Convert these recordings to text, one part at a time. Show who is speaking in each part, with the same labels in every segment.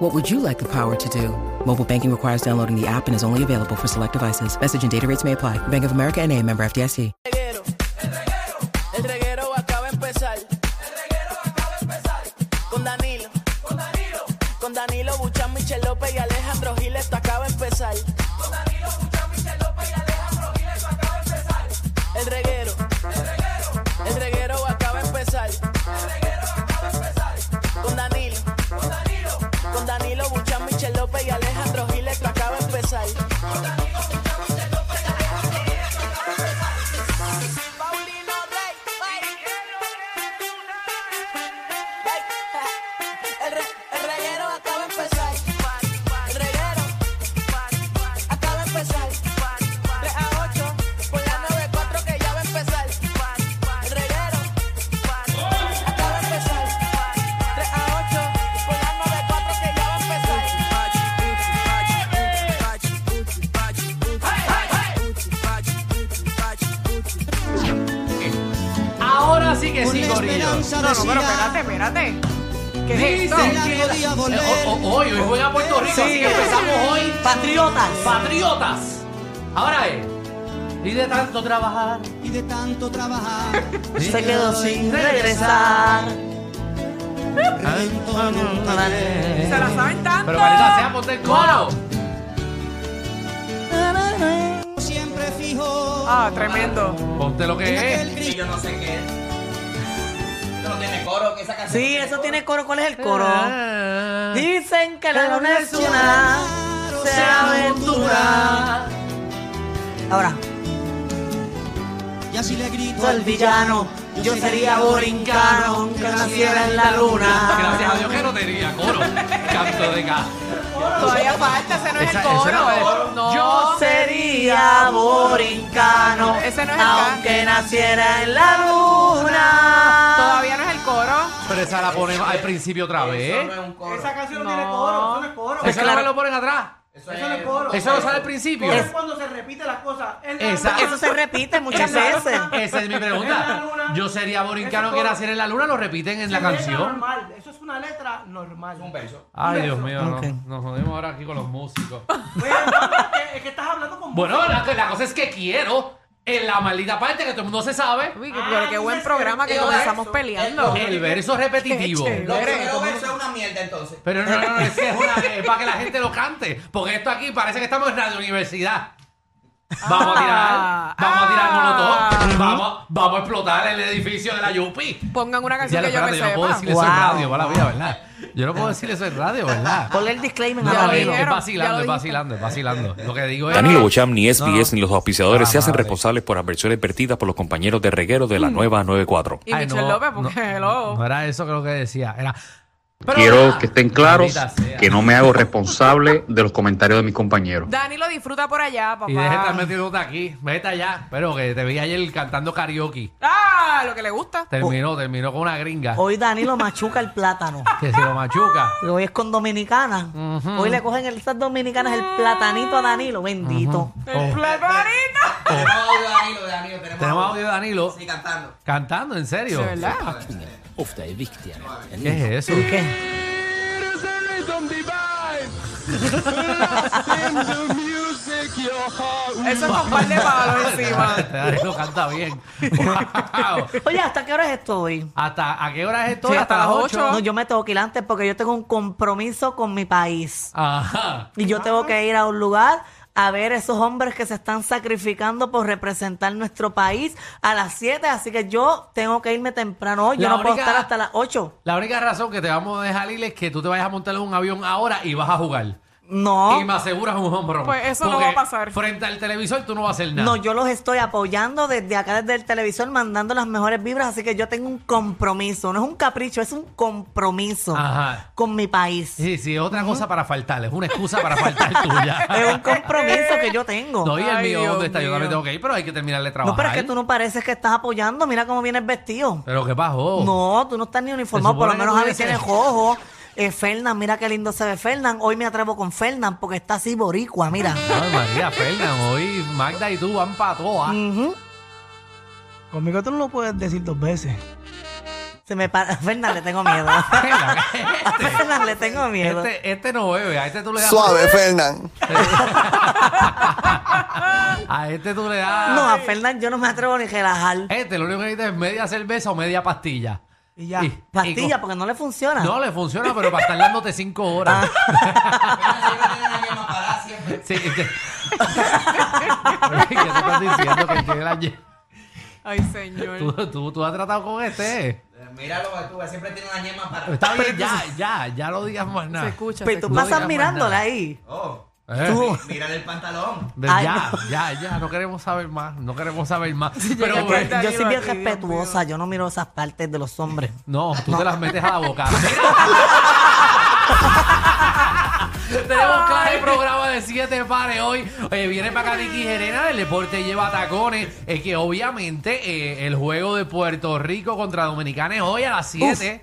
Speaker 1: What would you like the power to do? Mobile banking requires downloading the app and is only available for select devices. Message and data rates may apply. Bank of America and a member FDIC.
Speaker 2: reguero. El reguero acaba de empezar. Con Danilo. Con Danilo Buchan, Michel López y Alejandro Gil, esto acaba de empezar. El reguero. El reguero acaba de empezar. Con Danilo. Con Danilo Buchan, Michel López y Alejandro Gil, esto acaba de empezar. Paulino Rey. Ey, El, re- el reguero acaba de empezar. El reguero acaba de empezar. 3 a 8 por la 94 que ya va a empezar. El reguero acaba de empezar. 3 a 8 por la 94 que ya va a empezar.
Speaker 3: Ahora sí que sí,
Speaker 4: Con la
Speaker 3: Corillo.
Speaker 4: esperanza
Speaker 5: No,
Speaker 4: de
Speaker 5: no, pero espérate, espérate. ¿Qué es esto?
Speaker 4: Dicen que algún día
Speaker 3: Eh,
Speaker 4: volver.
Speaker 2: oh,
Speaker 3: o- o- Hoy, hoy juega Puerto Rico, así que empezamos hoy.
Speaker 2: Patriotas.
Speaker 3: Patriotas. Ahora es. Y de tanto trabajar.
Speaker 4: Y de tanto trabajar,
Speaker 2: Se quedó sin regresar.
Speaker 4: reventó en un taller.
Speaker 5: Se la saben tanto.
Speaker 3: Pero Marisa, sea ponte el coro.
Speaker 4: Siempre fijo
Speaker 5: Ah, tremendo.
Speaker 3: Ponte lo
Speaker 4: en
Speaker 3: que es.
Speaker 4: aquel grito.
Speaker 2: Sí, eso tiene coro. ¿Cuál es el coro?
Speaker 3: Ah.
Speaker 2: Dicen que la luna es una.
Speaker 4: Claro,
Speaker 2: Se
Speaker 4: sea
Speaker 2: aventura.
Speaker 3: Ah.
Speaker 2: Ahora,
Speaker 4: Y así le grito
Speaker 2: soy el villano. Yo sería borincano aunque naciera en la luna.
Speaker 3: Gracias a Dios que no tenía coro. Canto de ca.
Speaker 5: Todavía falta, ese no es el
Speaker 3: Esa- ese no
Speaker 5: coro.
Speaker 3: es.
Speaker 2: Yo sería borincano
Speaker 5: Ese no es el ca-
Speaker 2: aunque naciera en la luna.
Speaker 5: Todavía no es el coro.
Speaker 3: Pero esa la ponemos al principio otra vez.
Speaker 6: Esa canción no, tiene coro, eso no es coro.
Speaker 3: Esa no
Speaker 2: claro.
Speaker 3: me lo ponen atrás.
Speaker 6: Eso, no es coro.
Speaker 3: Eso no sale al principio.
Speaker 6: Coro es cuando se repite las cosas. Es la-
Speaker 3: Esa-
Speaker 2: Eso se repite muchas
Speaker 3: Esa-
Speaker 2: veces.
Speaker 3: Esa es mi
Speaker 6: En la
Speaker 3: pregunta.
Speaker 6: luna.
Speaker 3: Yo sería borincano
Speaker 6: Ese
Speaker 3: que
Speaker 6: coro.
Speaker 3: nacer en la luna, lo repiten en la
Speaker 6: es letra
Speaker 3: canción.
Speaker 6: normal, Eso es una letra normal. un verso.
Speaker 3: Ay, Dios mío, no.
Speaker 2: Ok.
Speaker 3: nos jodemos ahora aquí con los músicos.
Speaker 6: es, que, es que estás hablando con
Speaker 3: Bueno, la, la cosa es que quiero, en la maldita parte que todo el mundo se sabe,
Speaker 5: Uy,
Speaker 6: Ah,
Speaker 5: pero qué buen
Speaker 6: dices
Speaker 5: programa que
Speaker 7: que-
Speaker 5: comenzamos
Speaker 7: eso,
Speaker 5: peleando.
Speaker 3: el verso repetitivo.
Speaker 5: Qué chévere.
Speaker 7: Lo primero verso es una mierda entonces.
Speaker 3: Pero no, no, no, es que es, una, es para que la gente lo cante. Porque esto aquí parece que estamos en Radio Universidad. Vamos a
Speaker 5: Ah.
Speaker 3: tirar, vamos a tirar
Speaker 5: Ah.
Speaker 3: molotov, vamos, vamos a explotar el edificio de la Yupi.
Speaker 5: Pongan una
Speaker 3: Ya
Speaker 5: canción
Speaker 3: lo
Speaker 5: que yo me
Speaker 3: espérate, yo no puedo
Speaker 5: sepa.
Speaker 3: decir eso en
Speaker 2: Wow.
Speaker 3: radio, va la vida, ¿verdad? Yo no puedo decir eso en radio, ¿verdad?
Speaker 2: Ponle el disclaimer
Speaker 5: Ya
Speaker 2: ahora
Speaker 3: No,
Speaker 5: lo
Speaker 3: es
Speaker 2: mismo.
Speaker 5: dijeron, ya lo
Speaker 3: vacilando, es
Speaker 5: dijeron.
Speaker 3: vacilando, es vacilando. Lo que digo es.
Speaker 8: Danilo Bocham, ni SBS,
Speaker 3: No, no.
Speaker 8: ni los auspiciadores
Speaker 3: Ah,
Speaker 8: se hacen
Speaker 3: madre. Mm.
Speaker 8: responsables por adversiones vertidas por los compañeros de reguero de la nueva 94.
Speaker 5: Y
Speaker 3: Ay,
Speaker 5: Michel
Speaker 3: no,
Speaker 5: López, porque
Speaker 3: no,
Speaker 5: hello.
Speaker 3: no era eso que lo que decía. Era. Pero
Speaker 9: Quiero
Speaker 3: nada,
Speaker 9: que estén claros
Speaker 3: maldita sea.
Speaker 9: que no me hago responsable de los comentarios de mis compañeros.
Speaker 5: Dani lo disfruta por allá, Ah, papá.
Speaker 3: Y deja de estar metiéndote aquí, vete allá. Pero que te vi ayer cantando karaoke.
Speaker 5: Ah, lo que le gusta.
Speaker 3: Terminó, terminó con una gringa.
Speaker 7: Hoy Danilo machuca el plátano.
Speaker 3: Que se lo machuca.
Speaker 7: Y hoy es con dominicanas. Hoy le cogen el- esas dominicanas el platanito a Danilo, bendito.
Speaker 5: El platanito.
Speaker 7: Tenemos audio Danilo, Danilo.
Speaker 3: Oh. Tenemos audio de Danilo
Speaker 7: cantando.
Speaker 3: cantando, en serio.
Speaker 5: De verdad.
Speaker 3: ¿Qué es eso?
Speaker 7: ¿Qué?
Speaker 5: Eso es con par de palos encima.
Speaker 3: Este Danilo canta bien. Wow.
Speaker 7: Oye, ¿hasta qué hora es esto hoy?
Speaker 3: ¿Hasta a qué hora es esto?
Speaker 5: Sí, hasta las
Speaker 3: ocho?
Speaker 5: ocho.
Speaker 7: No, yo me tengo que ir antes porque yo tengo un compromiso con mi país.
Speaker 3: Ajá.
Speaker 7: Y yo tengo que ir a un lugar a ver esos hombres que se están sacrificando por representar nuestro país a las 7. Así que yo tengo que irme temprano hoy.
Speaker 3: La
Speaker 7: Yo no puedo
Speaker 3: única-
Speaker 7: estar hasta las 8.
Speaker 3: La única razón que te vamos a dejar ir es que tú te vayas a montar en un avión ahora y vas a jugar.
Speaker 7: No.
Speaker 3: Y me aseguras un home run.
Speaker 5: Pues eso no
Speaker 3: Porque
Speaker 5: va a pasar.
Speaker 3: Frente al televisor tú no vas a hacer nada.
Speaker 7: No, yo los estoy apoyando desde acá, desde el televisor, mandando las mejores vibras, así que yo tengo un compromiso, no es un capricho, es un compromiso
Speaker 3: Ajá.
Speaker 7: con mi país.
Speaker 3: Sí, sí, es otra cosa para faltar, es una excusa para faltar tuya.
Speaker 7: Es un compromiso que yo tengo.
Speaker 3: No, y el
Speaker 5: Ay,
Speaker 3: mío,
Speaker 5: Dios
Speaker 3: ¿dónde está? Yo
Speaker 5: mío.
Speaker 3: también tengo que ir, pero hay que terminar de
Speaker 7: No,
Speaker 3: trabajar.
Speaker 7: pero es que tú no pareces que estás apoyando, mira cómo vienes vestido.
Speaker 3: ¿Pero qué pasó?
Speaker 7: No, tú no estás ni uniformado, por lo
Speaker 3: Oh. supone que
Speaker 7: menos a mí
Speaker 3: tuviese-
Speaker 7: tienes ojo. Eh, Fernan, mira qué lindo se ve Fernan. Hoy me atrevo con Fernan porque está así boricua, mira.
Speaker 3: Ay, María Fernan, hoy Magda y tú van para todas.
Speaker 7: Ujú.
Speaker 6: Conmigo tú no lo puedes decir dos veces.
Speaker 7: Se me para... A Fernan le tengo miedo. a Fernan le tengo miedo.
Speaker 3: Este, este no bebe, a este tú le das.
Speaker 10: Suave, Fernán.
Speaker 3: A este tú le das.
Speaker 7: No, a Fernan yo no me atrevo ni a relajar.
Speaker 3: Este lo único que necesita es media cerveza o media pastilla.
Speaker 6: Y ya.
Speaker 7: Pastilla,
Speaker 3: y
Speaker 7: porque no le funciona.
Speaker 3: co- No le funciona, pero para estar dándote cinco
Speaker 7: Ah.
Speaker 3: horas. Sí, este- ¿Qué te estás diciendo? Que tiene la ye-
Speaker 5: Ay, señor.
Speaker 3: ¿Tú, tú, tú has tratado con este.
Speaker 4: Míralo, tú siempre tiene una yema para.
Speaker 3: Está bien, ya, ya, ya no digas más
Speaker 5: Se
Speaker 3: nada.
Speaker 5: escucha.
Speaker 7: Pero
Speaker 5: se
Speaker 7: tú
Speaker 5: escucha.
Speaker 3: digas
Speaker 7: pasas
Speaker 3: más
Speaker 7: mirándola
Speaker 3: nada.
Speaker 7: ahí.
Speaker 4: Oh,
Speaker 3: Eh.
Speaker 7: Tú.
Speaker 4: mírale el pantalón.
Speaker 3: De-
Speaker 7: Ay,
Speaker 3: ya,
Speaker 7: no.
Speaker 3: ya, ya, no queremos saber más, no queremos saber más. Pero,
Speaker 5: ya
Speaker 3: eh,
Speaker 5: que-
Speaker 7: Yo soy bien
Speaker 5: Ay, Dios mío.
Speaker 7: respetuosa, yo no miro esas partes de los hombres.
Speaker 3: no, tú te las metes a la boca. Mira. Tenemos clase de programa de siete pares hoy. Oye, viene para acá Nicky Gerena del Deporte Lleva Tacones. Es que obviamente eh, el juego de Puerto Rico contra Dominicana es hoy a las 7.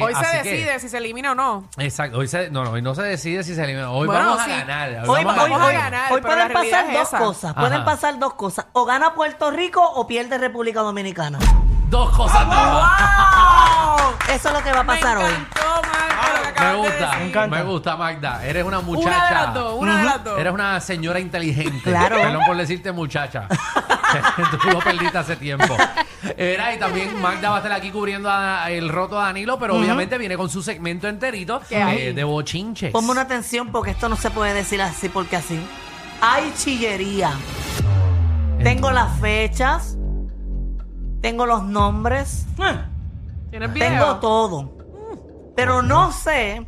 Speaker 5: Hoy se decide si se elimina o no.
Speaker 3: exacto, hoy se, no, no, hoy no se decide si se elimina. Hoy
Speaker 5: Bueno,
Speaker 3: vamos a
Speaker 5: sí.
Speaker 3: ganar.
Speaker 7: Hoy,
Speaker 5: vamos a
Speaker 7: hoy-
Speaker 5: ganar.
Speaker 7: hoy-
Speaker 5: ganar,
Speaker 7: hoy
Speaker 5: pero la
Speaker 7: pueden
Speaker 5: realidad
Speaker 7: pasar
Speaker 5: es
Speaker 7: dos
Speaker 5: esa.
Speaker 7: cosas.
Speaker 3: Ajá.
Speaker 7: Pueden pasar dos cosas. O gana Puerto Rico o pierde República Dominicana.
Speaker 3: Dos cosas. nuevas.
Speaker 5: ¡Wow!
Speaker 7: Eso es lo que va a pasar
Speaker 5: Me
Speaker 7: hoy.
Speaker 5: encantó, Marta, lo que
Speaker 3: Me
Speaker 5: acabas de
Speaker 3: gusta,
Speaker 5: decir.
Speaker 3: me gusta, Magda. Eres una muchacha.
Speaker 5: Una de las dos, una de las dos.
Speaker 3: Eres una señora inteligente.
Speaker 7: Claro.
Speaker 3: Perdón por decirte muchacha. Tú lo perdiste hace tiempo. Era, y también Magda va a estar aquí cubriendo a- el roto a Danilo, pero obviamente viene con su segmento enterito
Speaker 5: ¿Qué hay?
Speaker 3: eh, de bochinches.
Speaker 7: Ponme una atención porque esto no se puede decir así porque así. Hay chillería. Tengo las fechas. Tengo los nombres.
Speaker 5: Eh, ¿Tienes video? Mm.
Speaker 7: Tengo todo. Pero no sé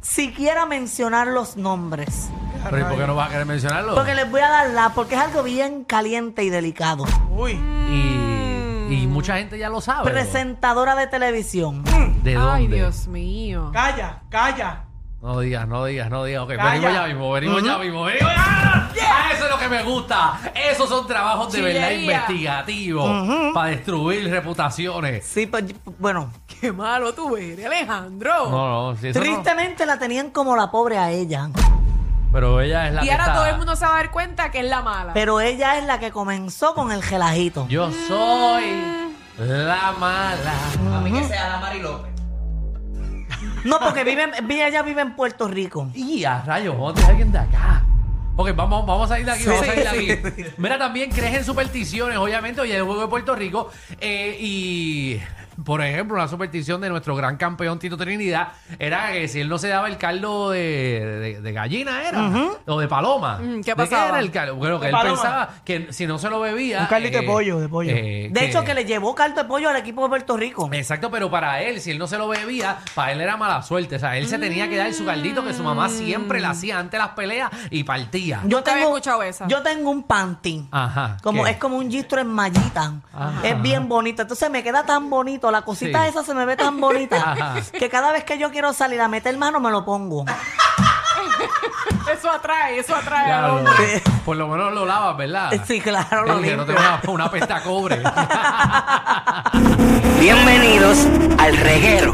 Speaker 7: siquiera mencionar los nombres.
Speaker 3: Pero, ¿y por qué no vas a querer mencionarlo?
Speaker 7: Porque les voy a dar la, porque es algo bien caliente y delicado.
Speaker 6: Uy.
Speaker 3: Y, y mucha gente ya lo sabe.
Speaker 7: Presentadora de televisión.
Speaker 3: ¿De dónde?
Speaker 5: Ay, Dios mío.
Speaker 6: Calla, calla.
Speaker 3: No digas, no digas, no digas. Ok,
Speaker 6: Calla.
Speaker 3: venimos ya mismo, venimos ya mismo, venimos ya. Ah, Eso es lo que me gusta. Esos son trabajos de verdad
Speaker 5: Chillería.
Speaker 3: investigativos para destruir reputaciones.
Speaker 7: Sí, pues, bueno.
Speaker 5: Qué malo tú eres, Alejandro.
Speaker 3: No, no, si eso no.
Speaker 7: Tristemente la tenían como la pobre a ella.
Speaker 3: Pero ella es la
Speaker 5: Y
Speaker 3: que
Speaker 5: ahora
Speaker 3: está-
Speaker 5: todo el mundo se va a dar cuenta que es la mala.
Speaker 7: Pero ella es la que comenzó con el gelajito.
Speaker 3: Yo soy la mala.
Speaker 4: A mí que sea la Mari López.
Speaker 7: No, porque vive, en- vi- ella vive en Puerto Rico.
Speaker 3: Y a rayos, ¿dónde hay alguien de acá? Ok, vamos, vamos a ir de aquí, vamos a ir de aquí. Mira, también crees en supersticiones, obviamente, hoy es el juego de Puerto Rico. eh, y, por ejemplo, una superstición de nuestro gran campeón Tito Trinidad era que si él no se daba el caldo de, de- de gallina, era, o de paloma.
Speaker 5: Mm, ¿qué
Speaker 3: ¿De
Speaker 5: pasaba?
Speaker 3: era el caldo? Bueno, que
Speaker 6: De
Speaker 3: él
Speaker 6: paloma.
Speaker 3: pensaba que si no se lo bebía... eh,
Speaker 6: Un caldito de pollo, de pollo.
Speaker 7: De hecho, que le llevó caldo de pollo al equipo de Puerto Rico.
Speaker 3: Exacto, pero para él, si él no se lo bebía, para él era mala suerte. O sea, él se tenía que dar su caldito que su mamá siempre le hacía antes de las peleas y partía.
Speaker 7: Mm. Yo
Speaker 5: Nunca había escuchado esa.
Speaker 7: Yo tengo un panty.
Speaker 3: Ajá.
Speaker 7: Como,
Speaker 3: ¿qué?
Speaker 7: es como un gistro en mallita.
Speaker 3: Ajá.
Speaker 7: Es bien bonito. Entonces me queda tan bonito. La cosita
Speaker 3: Sí.
Speaker 7: esa se me ve tan bonita.
Speaker 3: Ajá.
Speaker 7: Que cada vez que yo quiero salir a meter mano, me lo pongo.
Speaker 5: Eso atrae, eso atrae
Speaker 3: Ya,
Speaker 5: al
Speaker 3: lo-
Speaker 5: hombre.
Speaker 3: por lo menos lo lavas, ¿verdad?
Speaker 7: Sí, claro,
Speaker 3: Sí,
Speaker 7: lo
Speaker 3: que no
Speaker 7: limpio.
Speaker 3: tengo una, una pesta a cobre.
Speaker 2: Bienvenidos al reguero.